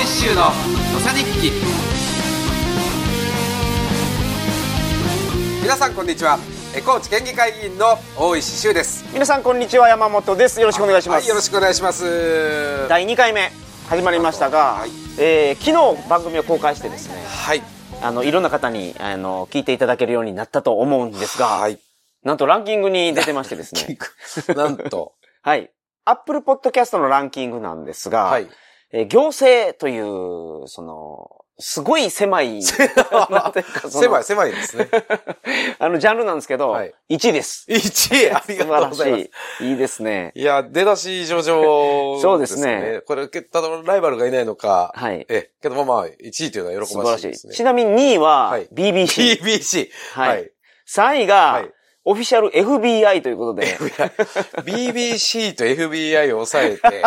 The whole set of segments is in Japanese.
イシューの土佐日記皆さんこんにちはえ高知県議会議員の大石修です皆さんこんにちは山本ですよろしくお願いしまはす、よろしくお願いします第2回目始まりましたが、はいえー昨日番組を公開してですねはいあのいろんな方にあの聞いていただけるようになったと思うんですが、はいなんとランキングに出てましてで すねなんとはいアップルポッドキャストのランキングなんですが、 はいえー行政というそのすごい狭い なんていうかその狭い狭いですねあのジャンルなんですけど、はい1位です 一位ありがと素う晴ごらざいますしいいいですねいや、出だし上々、そうですねこれ、けただライバルがいないのか。はいええ、けどまあまあ、1位というのは喜素ば晴らししいい、ですね。ちなみに2位ははい BBC、 BBC。はいはい。 3位はがい、オフィシャル FBI ということで、 BBC と FBI を抑え て、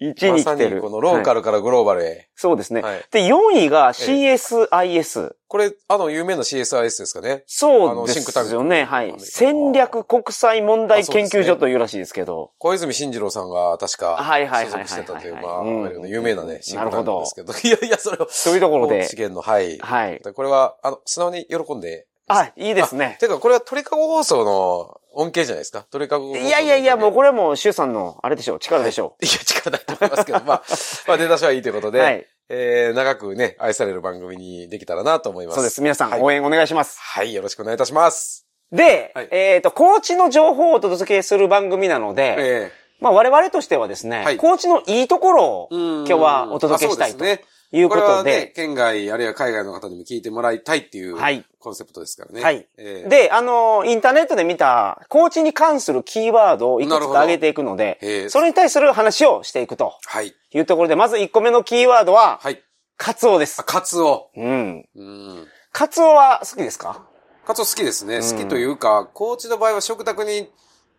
1位まにさ来てにる。このローカはいルからグローバルへ。そうですねはい。で、4位が CSIS。これ、あの、有名な CSIS ですかね。そうあのシンクタンでクすよね。はアメリいカ。の戦略国際問題研あそうで究すね所というらしいですけど。小泉進次郎さんが確か、はいはいは所いはいは属いしてたという、まあ、うんアメリカの有名なね、シンクタンクですけど。 いやいや、それを、そういうところで資。源の、はい。はい。これは、あの、素直に喜んで。あ、いいですね。てか、これは鳥かご放送の恩恵じゃないですか鳥かご放送のいおかげ。やいやいや、もうれ。これはもう、シュウさんの、あれでしょう、力でしょいや、力ないと思いますけど、ま あ、まあ、出だしはいいということう。で、はい。えー、長くね、愛される番組にできたらなと思います。そうです。皆さはいん、応援お願いします。はい、よろしくお願いいたします。ではい、えっと、高知の情報をお届けする番組なので、えまあ我々としてはですね、はい高知のいいところをえ今日はお届けしたいとね。いうこれはとね、で、県外あるいは海外の方にも聞いてもらいたいっていうはいコンセプトですからね。はいええで、あの、インターネットで見た高知に関するキーワードをいくなつるかほど上げていくのへえで、それに対する話をしていくとはい。いうところで、まず1個目のキーワードは、はい。カツオですあ、。カツオ。うん。うん。カツオは好きですかカツオ好きですね。うん好きというか、高知の場合は食卓に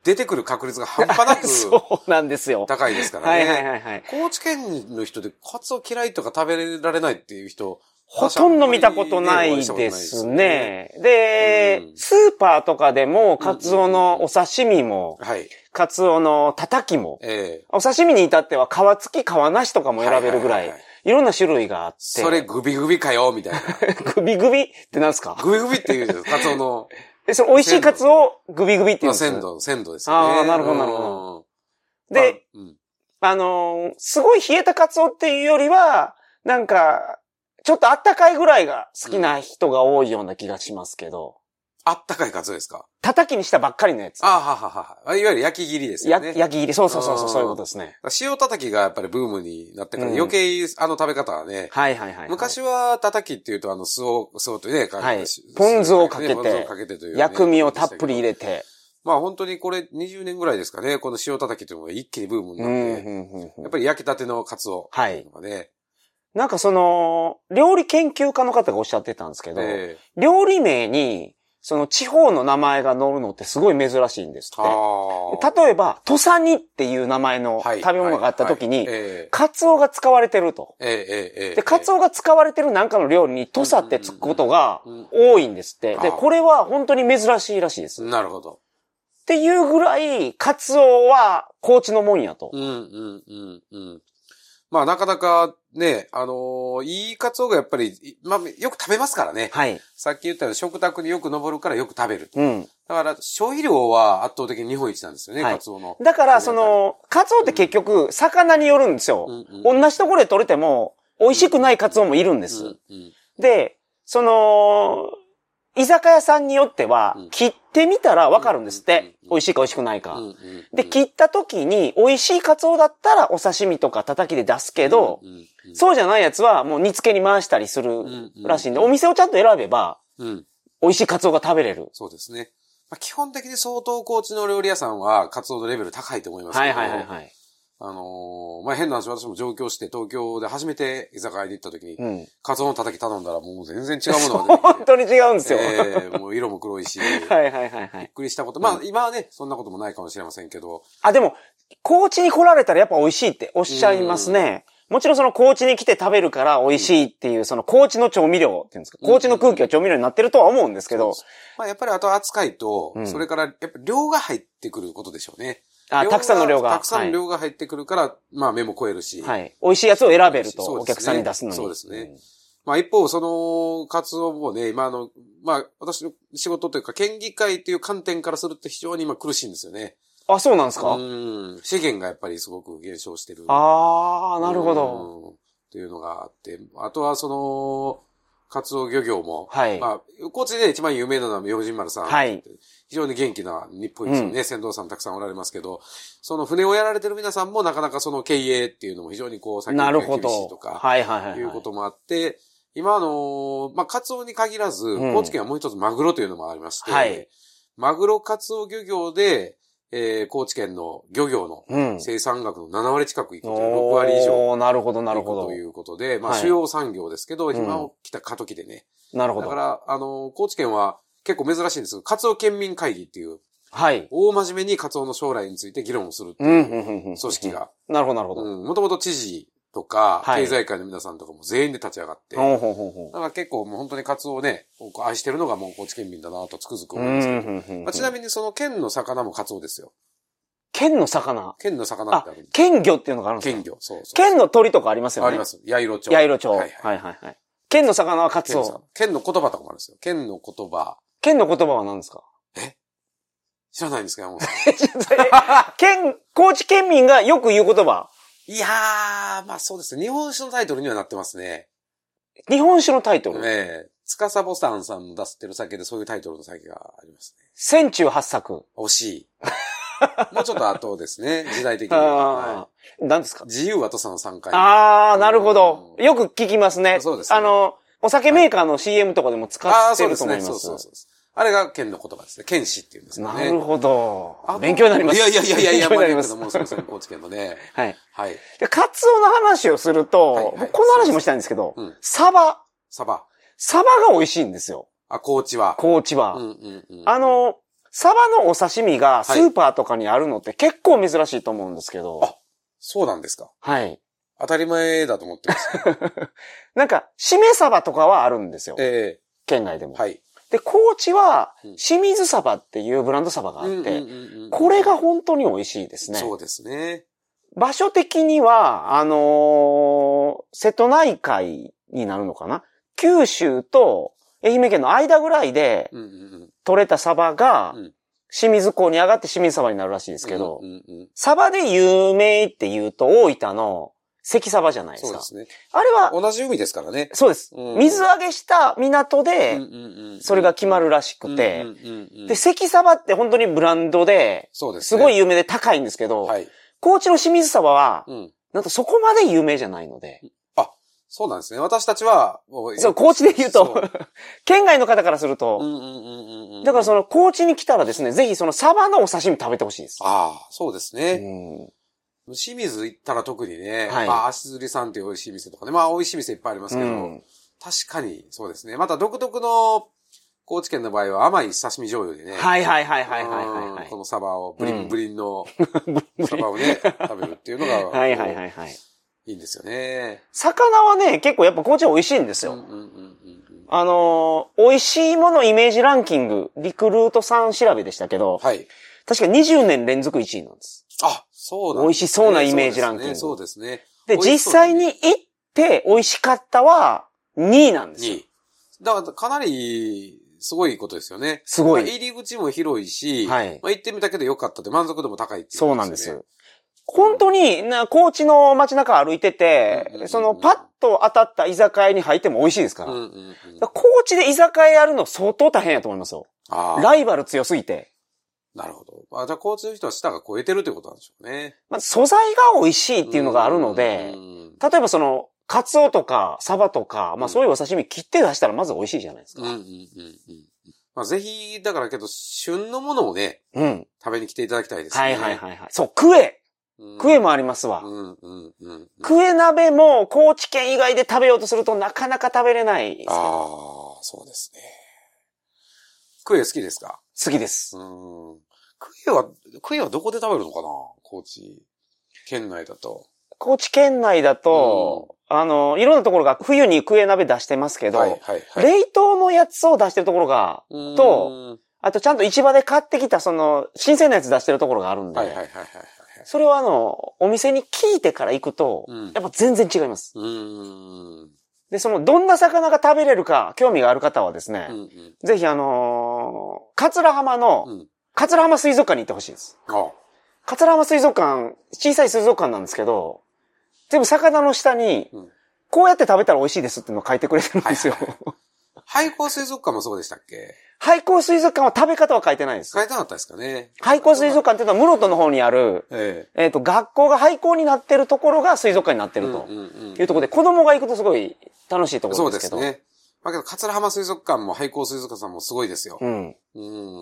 出てくる確率が半端なく そうなんですよ。高いですからね。はいはいはいはい。高知県の人でカツオ嫌いとか食べられないっていう人、ほとんど見たことない私あんまりねおです。会いしたことないね。でう、んスーパーとかでも、カツオのお刺身も、はい。カツオのたたきも、ええお刺身に至っては皮付き皮なしとかも選べるぐはらいはいはいいはい、いろんな種類があって。それ、グビグビかよ、みたいな。グビグビってなんですかグビグビって言うじゃん、カツオの。え、その美味しいカツオをグビグビってまあ、言うんです鮮度、鮮度ですよね。あーなるほどなるほどうん。で、まあうんあのーすごい冷えたカツオっていうよりは、なんか、ちょっとあったかいぐらいが好きな人が多いような気がしますけど、あったかいカツオですか叩きにしたばっかりのやつ。あーはははは。いわゆる焼き切りですよやね。焼き入り。そうそうそうそうう、んそういうことですね。塩叩きがやっぱりブームになってから、うん余計あの食べ方はね、はいはいはいはい。昔は叩きっていうとあの酢を、酢をとね、かはいポン酢をかけてポン酢をかけてというね、薬味をたっぷり入れて。まあ本当にこれ20年ぐらいですかね、この塩叩きというのが一気にブームにうなっんて、うんうんうやんっぱり焼きたてのカツオ。はい。ね。なんかその、料理研究家の方がおっしゃってたんですけど、ええ料理名に、その地方の名前が載るのってすごい珍しいんですって。はあ例えば、土佐煮っていう名前のはい食べ物があった時はいには、いええカツオが使われてると。ええええええで、カツオが使われてるなんかの料理に土佐ってつくことがうん多いんですって。あで、ーこれは本当に珍しいらしいです。っなるほど。ていうぐらい、カツオは高知のもんやとう。ん、うん、うん、うん。まあ、なかなかね、あのーいいカツオがやっぱり、いまあ、よく食べますからね。はい。さっき言ったように食卓によく登るからよく食べる。うん。だから、消費量は圧倒的に日本一なんですよね、はいカツオの。だから、その、カツオって結局、魚によるんですよ。うんうん同じところで取れても、美味しくないカツオもいるんでうすん。うんで、その、居酒屋さんによってはうん、切ってみたらわかるんですっうんうんてう。ん美味しいか美味しくないうんか。うんで、切った時に、美味しいカツオだったらお刺身とか叩きで出すけどう、んうんうんそうじゃないやつはもう煮付けに回したりするんうんらしいんで、お店をちゃんと選べば、うん、美味しいカツオが食べれる。そうですね。まあ、基本的に相当高知の料理屋さんは、カツオのレベル高いと思いますけど。はい。あのーまあ、変な話、私も上京して、東京で初めて居酒屋に行った時に、うん。カツオのたたき頼んだらもう全然違うものが出てきて。 本当に違うんですよ。はええもう色も黒いし、びっい はいはいはい。くりしたこと。まあ、今はね、そんなこともないかもしれませんけど、あ、でも、高知に来られたらやっぱ美味しいっておっしゃいますね。もちろんその高知に来て食べるから美味しいっていう、その高知の調味料っていうんですか、うん高知の空気が調味料になってるとは思うんですけど、まあ、やっぱりあと扱いと、うんそれから、やっぱ量が入ってくることでしょうね。あ、たくさんの量が。たくさんの量が入ってくるから、まあ目も超えるし。はい。はい。美味しいやつを選べると、そうですねお客さんに出すのに。そうですねまあ一方、その、活動もね、今あの、まあ私の仕事というか、県議会という観点からすると非常に今苦しいんですよね。うんあ、そうなんですか、うん。資源がやっぱりすごく減少してる。ああ、なるほど。うん。っていうのがあって、あとはその、カツオ漁業も、はいまあ、高知で一番有名なのは明神丸さん。はい非常に元気な日本一のね、船頭さんたくさんおられますけど、その船をやられてる皆さんもなかなかその経営っていうのも非常にこう、先なるがほ厳しいどと。か、はいはいはいはい。いうこともあって、今あのーまあ、カツオに限らず、うん高知県はもう一つマグロというのもありまして、はいマグロカツオ漁業で、えー高知県の漁業のうん。生産額の7割近くいくという、6割以上。おーなるほど、なるほといど。うことで、まあ、はい主要産業ですけど、ん今を来た過渡期でね。なるほだかど。ら、あの、高知県は結構珍しいんですけど、カツオ県民会議っていう、はい。大真面目にカツオの将来について議論をするってうん、、いううんうんうんう組ん。織。が、なるほど、なるほど。うん、もともと知事とか、はい経済界の皆さんとかも全員で立ち上がって、ほうほうほうほだから結構もう本当にカツオをね、僕愛してるのがもう高知県民だなとつくづくう。う思んいますけど。うんうんうんまあ、ちなみにその県の魚もカツオですよ。県の魚。県の魚っあてあるんで、県魚っていうのがあるんですか県魚。そうそう。県の鳥とかありますよね。あります。八色町。八色町。はいははいいはいはい。県の魚はカツ県の魚オ。県の言葉とかもあるんですよ。県の言葉。県の言葉は何 ですか知らないんですか山本さん県、高知県民がよく言う言葉。いやー、まあそうですね。日本酒のタイトルにはなってますね。日本酒のタイトえル。えつかさぼさんさんの出してる酒でそういうタイトルの酒がありますね。千中八作。惜し い。もうちょっと後ですね。時代的には。あはあ。何ですかい自由はとさの3回。ああ、なるほど。よく聞きますね。そうですねあの、お酒メーカーの CM とかでも使あーってそうるでとす思いね。まそうそうすそ。うです。あれが剣の言葉ですね。剣士っていうんですよなね。るほあどと。勉強になります。いやいやいやいやいや、勉ま強あだになりまけすど。もうすいません、高知県のね。 はい。はい。で、カツオの話をすると、はいはい僕この話もしたいんですけど、うんサバ。サバ。サバが美味しいんですよ。あ、高知は。高知は。うんうんうん。あ、の、サバのお刺身がスーパーとかにあるのって結構珍しいと思うんですけど、あそうなんですか。はい。当たり前だと思ってます。 なんか、しめサバとかはあるんですよ。え県外でえも。はい。で、高知はうん、清水サバっていうブランドサバがあって、これが本当に美味しいですね。そうですね。場所的には、あのー瀬戸内海になるのかな九州と愛媛県の間ぐらいでうんうんうん。取れたサバがうん、清水港に上がって清水サバになるらしいですけど、うんうんうんサバで有名って言うと大分の関サバじゃないでそすうかで。すね。あれは、同じ海ですからね。そうです。うん水揚げした港うんで、うんうんそれが決まるらしくうんうて、んうんうんで、関サバって本当にブランドで、そうですすね。ごい有名で高いんですけど、はい。高知の清水サバは、うん。なんとそこまで有名じゃないので、そうなんですね。私たちは、もそう、高知で言うそとう、 県外の方からすると、うんうんうんうんうん。だからその高知に来たらですね、ぜひそのサバのお刺身食べてほしいです。ああ、そうですうね。ん清水行ったら特にね、はいまあ、足摺さんっていう美味しい店とかね、まあ、美味しい店いっぱいありますけど、うん確かにそうですね。また独特の、高知県の場合は甘い刺身醤油でね、はいはいはいはいはいはいはうんいこ。のサバを、ブリうンんブリン の、サバをね、食べるっていうのが、はいはいはいはい。いいんですよね。魚はね、結構やっぱ高知は美味しいんですうんうよ。んうんうんあのー美味しいものイメージランキング、リクルートさん調べでしたけど、はい。確か20年連続1位なんです。あ、そうだ、美味しそうなイメージランキングそうですね。で、美味実しそうだ際ねに行って美味しかったは2位なんですよに。だから、かなり、すごいことですよね。すごいまあ入り口も広いし、はいまあ、行ってみたけど良かったって満足度も高いっていう、そうなんです。。本当に、な、高知の街中歩いててうんうんうんう、んそのパッと当たった居酒屋に入っても美味しいですから。うんうだかんうん。ら高知で居酒屋やるの相当大変やと思いますよ。ああ、ライバル強すぎて。なるほど。まあ、じゃあ、交通の人は舌が超えてるってことなんでしょうね。まあ、素材が美味しいっていうのがあるのでう、ん例えばその、カツオとか、サバとか、まあそういうお刺身切って出したらまず美味しいじゃないですうか。んうんうんうん。まあ、ぜひ、だからけど、旬のものをね、うん。食べに来ていただきたいですね。はいはいはいはい。そう、クエ。うん。クエもありますわう。んうんうん。クエ鍋も高知県以外で食べようとするとなかなか食べれないです。好ああ、そうですね。クエ好きですかきです。うん。クエは、クエはどこで食べるのかな高知県内だと。高知県内だと、あの、いろんなところが冬にクエ鍋出してますけど、はいはいはい。冷凍のやつを出してるところが、とうん、あとちゃんと市場で買ってきた、その、新鮮なやつ出してるところがあるんで、はいはいはいはいはい。それはあの、お店に聞いてから行くと、うんやっぱ全然違います。うーん。で、その、どんな魚が食べれるか、興味がある方はですね、うんうん。ぜひあのー桂浜の、うん。桂浜水族館に行ってほしいです。あ桂浜水族館、小さい水族館なんですけど、全部魚の下にうん、こうやって食べたら美味しいですっていうのを書いてくれてるんですよはい。廃校水族館もそうでしたっけ 廃校水族館は食べ方は書いてないです使。えてなかったですかね廃校水族館っていうのは室戸の方にある、ええっ、と、学校が廃校になってるところが水族館になってえ。るうんとうんうんいうところで、子供が行くとすごい楽しいとこそろうでですけすど。ね。まあけど、桂浜水族館も廃校水族館さんもすごいですよ。うん。う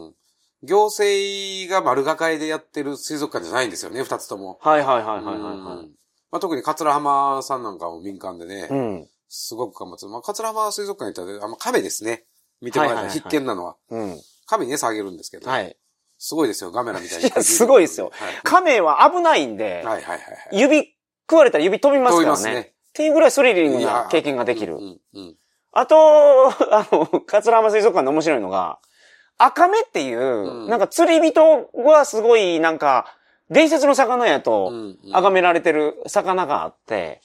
ん。行政が丸がかえでやってる水族館じゃないんですよね、二つとも。はいはいはいはいはい、はういんまあ、特に桂浜さんなんかも民間でね、うん。すごく頑張って、まあ、桂浜水族館に行ったら、あの、亀ですね。見てもらえたはいらはいはい必見なのは。うん。亀に餌あげるんですけど、はい。すごいですよ、ガメラみたいに。いやすごいですよはい。亀は危ないんで、はいはいはいはい。指食われたら指飛びます飛びかまらすね。ねっていうぐらいスリリングな経験ができるう。んうん。あと、 あの、桂浜水族館の面白いのが、赤目っていう、んなんか釣り人はすごい、なんか、伝説の魚やうと、んうん崇められてる魚があって、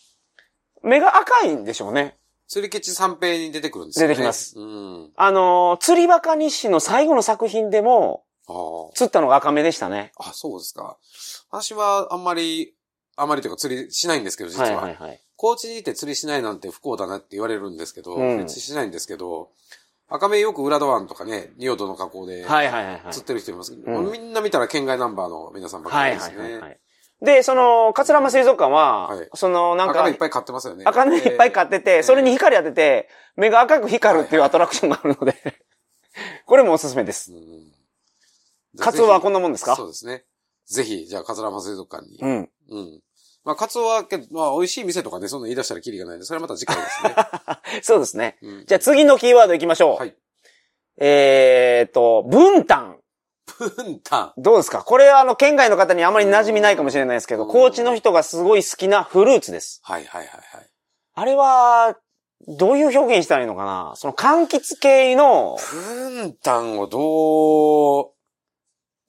目が赤いんでしょうね。釣り吉三平に出てくるんですよね。出てきますうん。あの、釣りバカ日誌の最後の作品でも、ああ。釣ったのが赤目でしたね。あ、そうですか。私はあんまり、あんまりというか釣りしないんですけど、実は。はいはいはい。高知にいて釣りしないなんて不幸だなって言われるんですけど、うん釣りしないんですけど、赤目よく浦戸湾とかね、仁淀の河口ではいはいはいはい。釣ってる人いますけど、うんみんな見たら県外ナンバーの皆さんばっかはりいですはいね。はいはい。で、その、桂浜水族館は、はいその、なん赤か目いっ、ぱい買ってますよね。赤目いっぱい買ってて、それに光当てて、目が赤く光るっていうアトラクションがあるので、 これもおすすめです。うんカツオはこんなもんですかそうですね。ぜひ、じゃあ、桂浜水族館に。うん。うん。まあ、カツオは、けどまあ、美味しい店とかね、そんな言い出したらキリがないんで、それはまた次回です ね。そうですね。うんじゃあ次のキーワードいきましょう。はい。えーっと、分担。うんたん。どうですかこれはあの、県外の方にあまり馴染みないかもしれないですけど、うん高知の人がすごい好きなフルーツです。はいはいはいはい。あれは、どういう表現したらいいのかなその柑橘系の、 。分担をどう、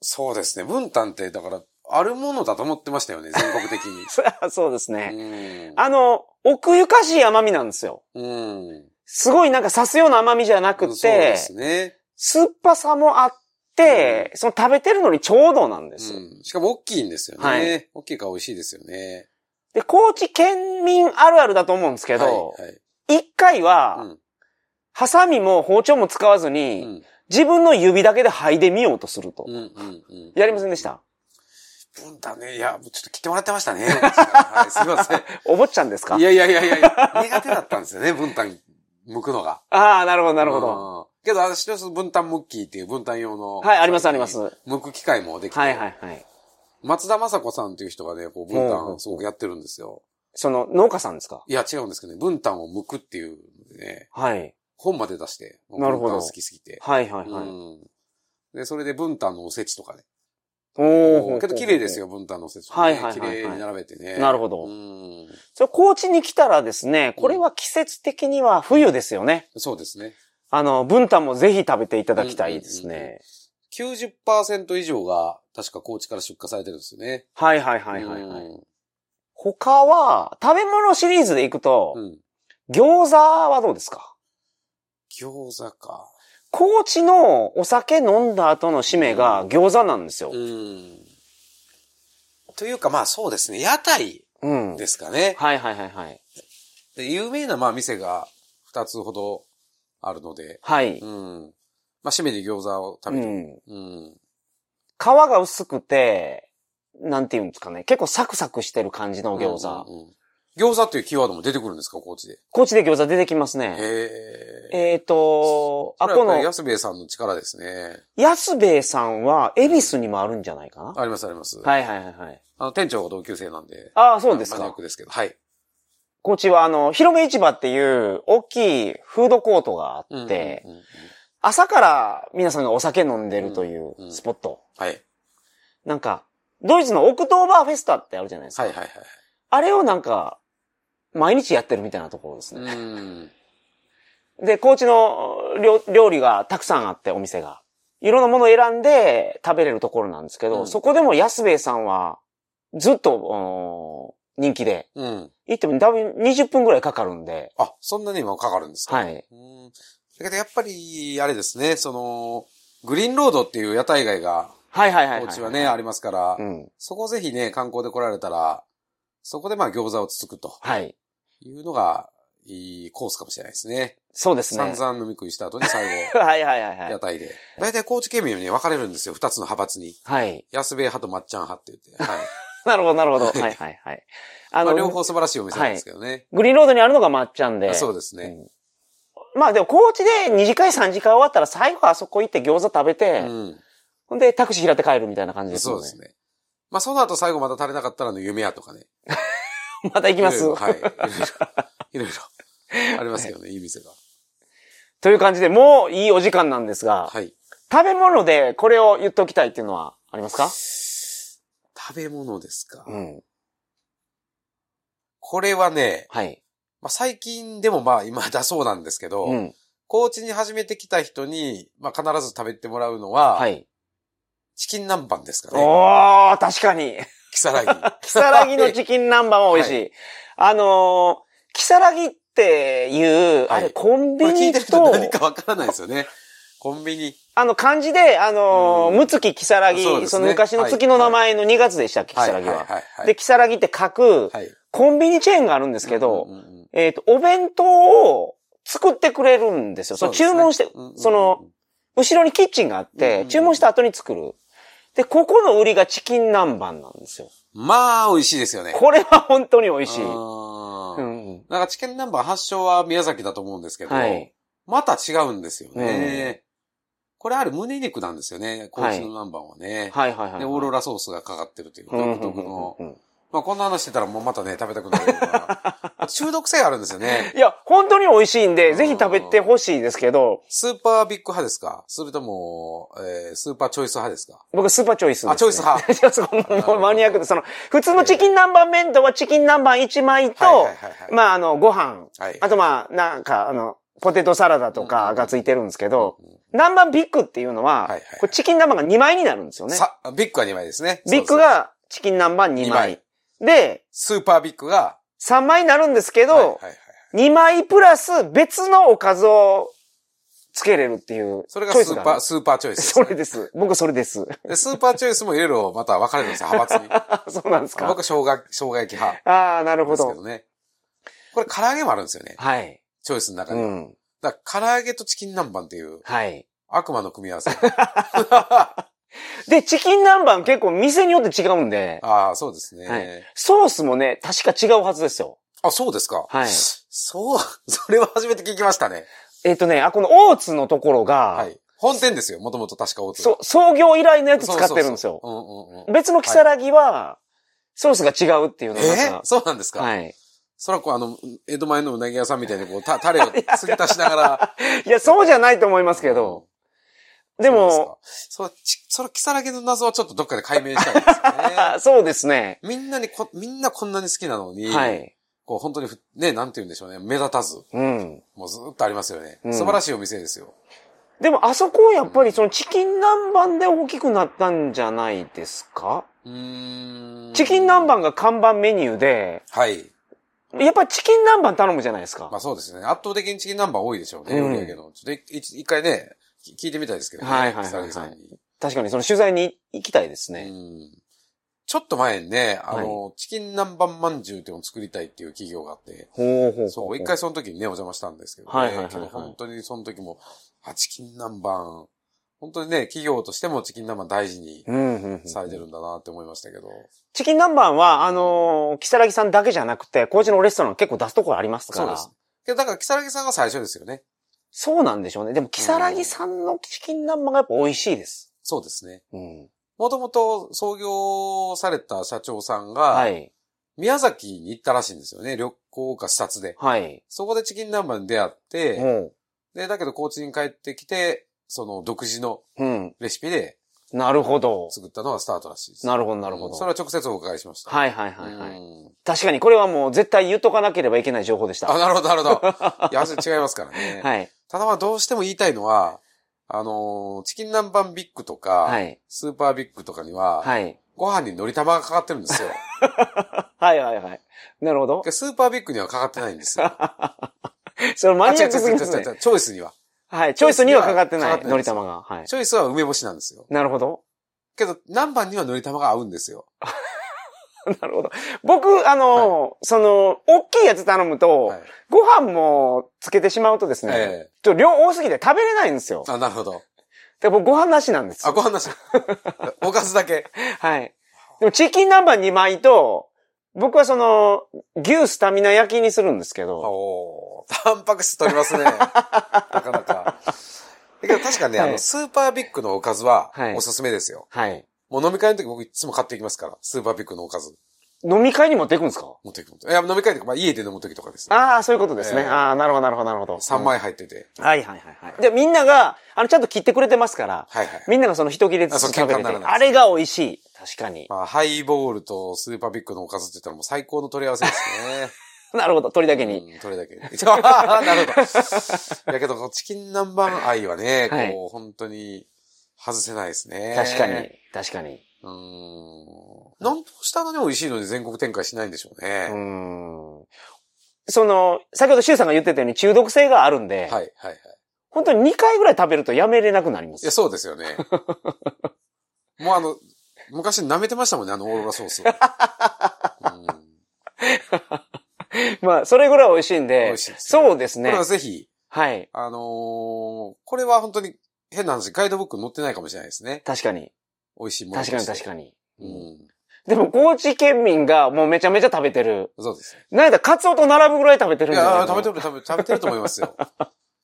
そうですね。分担って、だから、あるものだと思ってましたよね、全国的にそそうです ね。うんあの、奥ゆかしい甘みなんですよ。うん。すごいなんか刺すような甘みじゃなくて、そうですね。酸っぱさもあって、その食べてるのにちょうどなんですよ。うん。しかも大きいんですよね。はい大きいから美味しいですよね。で、高知県民あるあるだと思うんですけどは、い、はい。一、回は、うんハサミも包丁も使わずに、うん。自分の指だけで剥いでみようとすると。うん。うん。うん。やりませんでした分担ね、いや、ちょっと切ってもらってましたね。はい、すい ません。お坊ちゃんですかいやいやいやいやいや、苦手だったんですよね、分担剥くのが。ああ、なるほど、なるほど。うん。けど、私のその分担ムッキーっていう分担用の。はいありますあります剥く機会もできて。はいはいはい。松田雅子さんという人がね、こう、分うんう担んすごくやってるんですよ。その、農家さんですかいや、違うんですけどね、分担を剥くっていうね、はい。本まで出して、なるほど分担好きすぎて。はいはいはい。うん。で、それで分担のおせちとかね。おーけど綺麗です。よ、分担のおせちとか、はね。いはいはいはい綺麗に並べてね。なるほどうん。それ高知に来たらですね、これは季節的には冬ですよね。そうですね。あの、分担もぜひ食べていただきたいですうんうんね。 90%以上が、確か高知から出荷されてるんですよね。はいはいはいはい、はいうん他は、食べ物シリーズでいくと、うん。餃子はどうですか餃子か。高知のお酒飲んだ後の締めが餃子なんですよ。うん。というか、まあそうですね。屋台うん。ですかね。はいはいはいはい。で有名なまあ店が2つほどあるので、はい。うん。まあ締めに餃子をう食べる。ん。うん。皮が薄くて、なんていうんですかね。結構サクサクしてる感じの餃子。うんうん餃子っていうキーワードも出てくるんですか、高知で。高知で餃子出てきますね。へえ。えっ、と、あ、これはやっぱこりの、安兵衛さんの力ですね。安兵衛さんは、恵比寿にもあるんじゃないかな、ありますあります。はいはいはいはい。あの、店長が同級生なんで。ああ、そうですマニアかッ。クですけど。はい。高知は、あの、広め市場っていう、大きいフードコートがあって、うんうんうんうん朝から皆さんがお酒飲んでるといううんうんスポット。はい。なんか、ドイツのオクトーバーフェスタってあるじゃないですか。はいはいはい。あれをなんか、毎日やってるみたいなところですね。うん。で、高知の料料理がたくさんあって、お店が。いろんなものを選んで食べれるところなんですけど、うんそこでも安兵衛さんは、ずっと、あのー人気で、うん。行っても多分20分くらいかかるんで、あ、そんなに今かかるんですかはい。うん。だけどやっぱり、あれですね、その、グリーンロードっていう屋台街が、はいはいはいはおい。家はね、ありますから、うん。そこぜひね、観光で来られたら、そこでまあ餃子をつつくとはい。いうのが、いいコースかもしれないですね。そうですね。散々飲み食いした後に最後、 はいはいはいは屋い。台で。大体高知県民に分かれるんですよ、二つの派閥に。はい。安兵衛派とまっちゃん派って言 って。はい。なるほどなるほ ど。はいはいはい。あまの、あ両方素晴らしいお店なんですけどね。グリーンロードにあるのがまっちゃんで。あそうですね。うんまあでも、高知で2次会3次会終わったら最後あそこ行って餃子食べて、うほんでタクシー拾って帰るみたいな感じでん。すよそね。うですね。まあその後最後また足りなかったらあの夢屋とかね。また行きますいろいろ はい。いろいろ。いろいろありますけどね、いい店が。という感じで、もういいお時間なんですが、はい。食べ物でこれを言っておきたいっていうのはありますか食べ物ですか。うん。これはね、はい。まあ、最近でもまあ今だそうなんですけど、うん。高知に初めて来た人に、まあ、必ず食べてもらうのは、はい。チキン南蛮ですかね。おー、確かに。キサラギ。キサラギのチキン南蛮は美味しい。あのー、キサラギっていう、はいあれ、コンこビれ聞いニてるとと、何かわからないですよね。コンビニ。あの、漢字で、あのうー、んむつきキサラギ、そうそ,、ですねの昔の月の名前の2月でしたっけ、はいキサラギは。はいはいはいで、キサラギって書く、はい。コンビニチェーンがあるんですけど、うんうんうんえっ、と、お弁当を作ってくれるんですよ。そうですね注文して、うんうんうんその、後ろにキッチンがあっうんうんてう、ん注文した後に作る。で、ここの売りがチキン南蛮なんですよ。まあ、美味しいですよね。これは本当に美味しあい。うーん。なんかチキン南蛮発祥は宮崎だと思うんですけど、はい。また違うんですよね。これある胸肉なんですよね、高知の南蛮はね。はいはいはい。で、オーロラソースがかかってるといううん独特のうんうんうんまあこんな話してたらもうまたね、食べたくなるよう な。中毒性があるんですよね。いや、本当に美味しいうんで、んぜひ食べてほしいですけど、スーパービッグ派ですかそれとも、えースーパーチョイス派ですか僕スーパーチョイスです、ね。あチョイス派いやそこもうもうマニアックで、その、普通のチキン南蛮弁当はチキン南蛮1枚と、はいはいはいはいまあ、あの、ご飯、はいあとまあ、なんか、あの、ポテトサラダとかがついてるんですけど、南蛮ビッグっていうのは、はいはいこれチキン南蛮が2枚になるんですよね。さ、ビッグは2枚ですね。ビッグそうそう、がチキン南蛮2二枚枚。で、スーパービッグが、 3枚になるんですけど、はいはいはい2枚プラス別のおかずをつけれるっていう。それがチョイススーがパー、スーパーチョイスです そね、れです。僕それです。 でスーパーチョイスもいろいろまた分かれるんですよ、派閥に。あ そうなんです僕か。は生姜、生姜焼き派ああ、なるでほすけどど。ね。これ唐揚げもあるんですよね。はい。チョイスの中うに。ん。だから唐揚げとチキン南蛮っていうはい。悪魔の組み合わせ。で、チキン南蛮結構店によって違うんで、ああ、そうですね。はいソースもね、確か違うはずですよ。あ、そうですか。はいそう、 それは初めて聞きましたね。えっ、とね、あ、この大津のところが、はい。本店ですよ、もともと確か大津がそ創業以来のやつそ使うってるんですよ。そうそううんうんうん。別のキサラギは、ソースが違うっていうのがえなんーか、そうなんですか、はい。そらこう、あの、江戸前のうなぎ屋さんみたいに、こう、た、タ レを継ぎ足しながら。いや、そうじゃないと思いますけど、でも、そうですか、そう、ち、その、キサラギの謎はちょっとどっかで解明したいですよあ ね。そうですね。みんなにこ、みんなこんなに好きなのに、はい。こう、本当にふ、ね、なんて言うんでしょうね、目立たず、うん。もうずっとありますよね。うん素晴らしいお店ですよ。でも、あそこはやっぱりそのチキン南蛮で大きくなったんじゃないですかうーん。チキン南蛮が看板メニューで、はい。やっぱりチキン南蛮頼むじゃないですかま。あそうですね。圧倒的にチキンナンバー多いでしょうね、うん売り上げの。ちょっと一一回ね、き聞いてみたいですけどね。はいはいはいはい草薙さんに確かにその取材に行きたいですね。うんちょっと前にね、あの、チキン南蛮まんじゅうっていうのを作りたいっていう企業があって、ほうほうほうほう。そう、一回その時にね、お邪魔したんですけどね。はいはいはいはいけど本当にその時も、あ、チキン南蛮、本当にね、企業としてもチキン南蛮大事にうんうんうんされてるんだなって思いましたけど。チキン南蛮は、あのー、キサラギさんだけじゃなくて、高知のレストラン結構出すところありますかそうら。です。けど、だから、木更木さんが最初ですよね。そうなんでしょうね。でも、キサラギさんのチキン南蛮がやっぱ美味しいです。そうですね。うん。もともと創業された社長さんが、はい。宮崎に行ったらしいんですよね。旅行か視察で。はい。そこでチキン南蛮に出会って、もで、だけど高知に帰ってきて、その独自のう、うん。レシピでなるほど。作ったのがスタートらしいです。なるほど、なるほうど。んそれは直接お伺いしました。はいはいはいはい。うん確かにこれはもう絶対言っとかなければいけない情報でした。 あ、なるほど、なるほど。いや、味違いますからね。はい。ただまあどうしても言いたいのは、あのーチキン南蛮ビッグとか、はい。スーパービッグとかには、はい。ご飯にのり玉がかかってるんですよ。はいはいはい。なるほどで。スーパービッグにはかかってないんですよ。それマニアックあ違うすぎ違う違う違うますね。チョイスには。はい。チョイスにはかかってかかなってい。ないのでりす玉が。はい。チョイスは梅干しなんですよ。なるほど。 けど、南蛮にはのり玉が合うんですよ。なるほど。僕、あの、その、大きいやつ頼むと、はい。ご飯もつけてしまうとですね、えちょっと量多すぎて食べれないんですよえ。あ、なるほど。で僕ご飯なしなんですあ、よ。ご飯なし。 おかずだけ。はい。でもチキン南蛮2枚と、僕はその、牛スタミナ焼きにするんですけど、おータンパク質取りますね。なかなか。だけど確かね、はいあの、スーパービッグのおかずはは、いおすすめですよ。はい。もう飲み会の時僕いつも買っていきますから、スーパービッグのおかず。飲み会に持っていくんですか持っていく。いや、飲み会とか、まあ家で飲む時とかですね。ああ、そういうことですね。ええああ、なるほど、なるほど、なるほど。 3枚入ってて。はいはいはいはい。で、みんなが、あの、ちゃんと切ってくれてますから、はいはい。みんながその一切れずあそうつ食べれ喧嘩になて、らないですあれが美味しい。確かに。まあ、ハイボールとスーパービッグのおかずって言ったらもう最高の取り合わせですね。なるほど、鳥だけに。うん、取れだけ。 あーなるほど。だけど、こうチキン南蛮愛はね、はいこう、本当に外せないですね。確かに。、確かに。うーん。なんとしたのに美味しいのに全国展開しないんでしょううーね。ん。その、先ほど周さんが言ってたように中毒性があるんはで、い、はい、はい。本当に2回ぐらい食べるとやめれなくなりいまや、す。そうですよ ね。もうあの、昔舐めてましたもんね、あのオーロラソースを。うん、こまあ、それぐらい美味しいんで、美味しいですねそうですれねは。ぜひ、はい。あのーこれは本当に変な話、ガイドブックに載ってないかもしれないですね。確かに。美味しいものとし確てかに確かに。うん。でも、高知県民がもうめちゃめちゃ食べてる。そうですね。なんだ、カツオと並ぶぐらい食べてるいんじゃなやいー、食べてかる、食べてる、食べてると思い ますよ。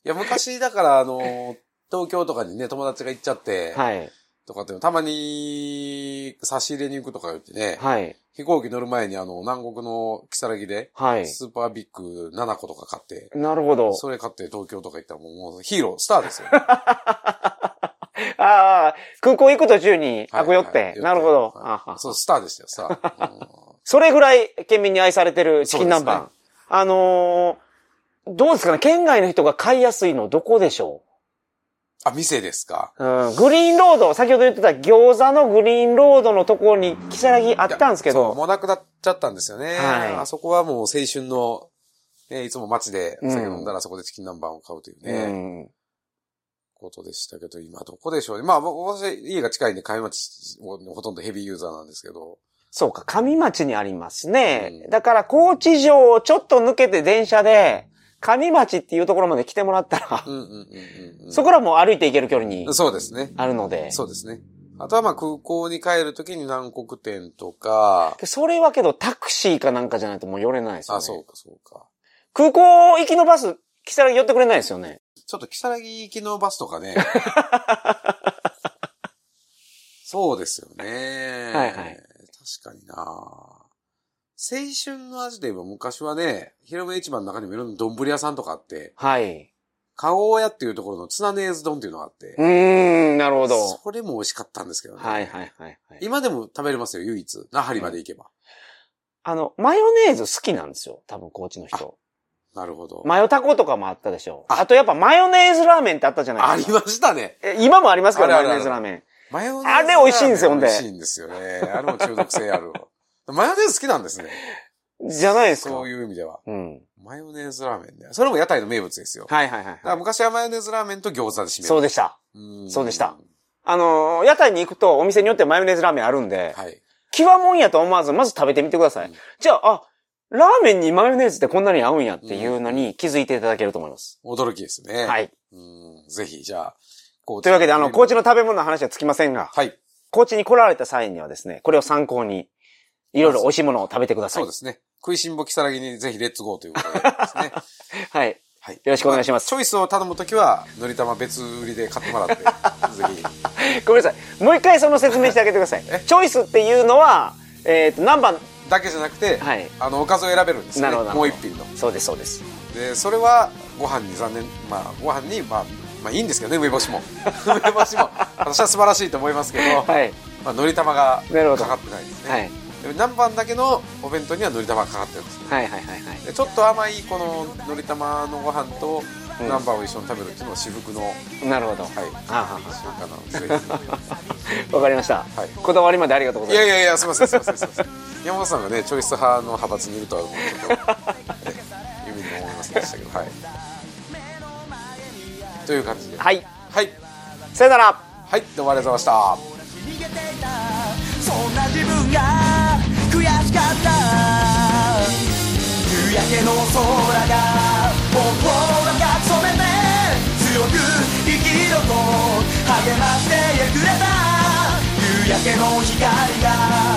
いや、昔、だから、あのー東京とかにね、友達が行っちゃって、なはい。とかって、たまに、差し入れに行くとか言ってね、はい。飛行機乗る前にあの、南国の木更木で、はい。スーパービッグ7個とか買って、なるほど。それ買って東京とか行ったらもうもうヒーロー、スターですよ。ああ、空港行く途中に、はい あ、こよっ。はい寄っててなるほど。はいあはそう、スターでしたよ、スター。うんそれぐらい県民に愛されてるチキン南そう蛮。ですあのーどうですかね県外の人が買いやすいのどこでしょあ、店ですかう、うん、グリーンロード、先ほど言ってた餃子のグリーンロードのところに木更木あったんですいけやそうど、もうなくなっちゃったんですよね。はいあそこはもう青春の、ね、いつも街でお酒飲んだらそこでチキン南蛮を買うというね、うん、ことでしたけど、今どこでしょうね。まあ、僕私、家が近いんで、上町をほとんどヘビーユーザーなんですけど、そうか、上町にありますね。うんだから高知城をちょっと抜けて電車で、上町っていうところまで来てもらったら、うんうんうんうん、うん。そこらもう歩いて行ける距離にそうですね。あるので。そうですね。あとはまあ空港に帰るときに南国店とか、それはけどタクシーかなんかじゃないともう寄れないですよね。あ、そうかそうか。空港行きのバス、木更木寄ってくれないですよね。ちょっと木更木行きのバスとかね。 そうですよね。はいはい確かにな青春の味で言えば昔はね、広め市場の中にもいろんな丼屋さんとかあって、はい。花王屋っていうところのツナネーズ丼っていうのがあってう、ーん、なるほど。それも美味しかったんですけどね。はいはいはい、はい。今でも食べれますよ、唯一。那覇まで行けば。あの、マヨネーズ好きなんですよ。多分、高知の人。なるほど。マヨタコとかもあったでしょう。ああとやっぱマヨネーズラーメンってあったじゃ なあいでりすか。ましたね。え今もありますけど、あるあるあマヨネるーズラーメン。マヨネーズあれ美味しいんですよほんで美味しいんですよね。あれも中毒性あるわ。マヨネーズ好きなんですね。じゃないですか。そうう。いう意味では。ん。マヨネーズラーメンね。それも屋台の名物ですよ。だはいはいはいからはい。昔はマヨネーズラーメンと餃子で締める。そうでした。うんそうでした。あのー、屋台に行くとお店によってマヨネーズラーメンあるんで、はい。際もんやと思わず、まず食べてみてください。うんじゃあ、あ、ラーメンにマヨネーズってこんなに合うんやっていうのに気づいていただけると思います。驚きですね。。はいい。ぜひ、じゃあ、とというわけで、あの、高知の。食べ物の話はつきませんが、はい。高知に来られた際にはですね、これを参考に、いろいろ美味しいものを食べてくださそい。うですね。食いしんぼきさらぎにぜひレッツゴーということでです ね。はい。はい。よよろしくお願いしますチョイスを頼むときは、のり玉別売りで買ってもら って、ぜひ。ごめんなさい。もう一回その説明してあげてください。チョイスっていうのは、えっ、と、何番だけじゃなくて、はいあの、おかずを選べるんですね。なるほどなるもほうど一品の。そうです、そうです。で、それは、ご飯に残念、まあ、ご飯に、まあ、まあいいんですけどね、梅干しも。 梅干しも、私は素晴らしいと思いますけど、はい。まあ、のり玉がなるほかどかってないですね。はい。で南蛮だけのお弁当にはのり玉がかかってるんですね。はいはいはいはい。でちょっと甘いこののり玉のご飯とうん南蛮を一緒に食べるっていうのは至福の、はい、なるほど。はい。あは習慣なので、ぜわかりました。はいこだわりまでありがとうごひ。ざいいまやす。いやいや、すみません、すみません、すみません。山本さんがね、チョイス派の派閥にいるとは、もうちょっと、え夢にも思いませんでしたけど、はい。という感じで。はい。はい。さよなら。はい、どうもありがとうございました。逃げていたそんな自分が悔しかった夕焼けの空が僕を赤く染めて強く生きろと励ましてくれた夕焼けの光が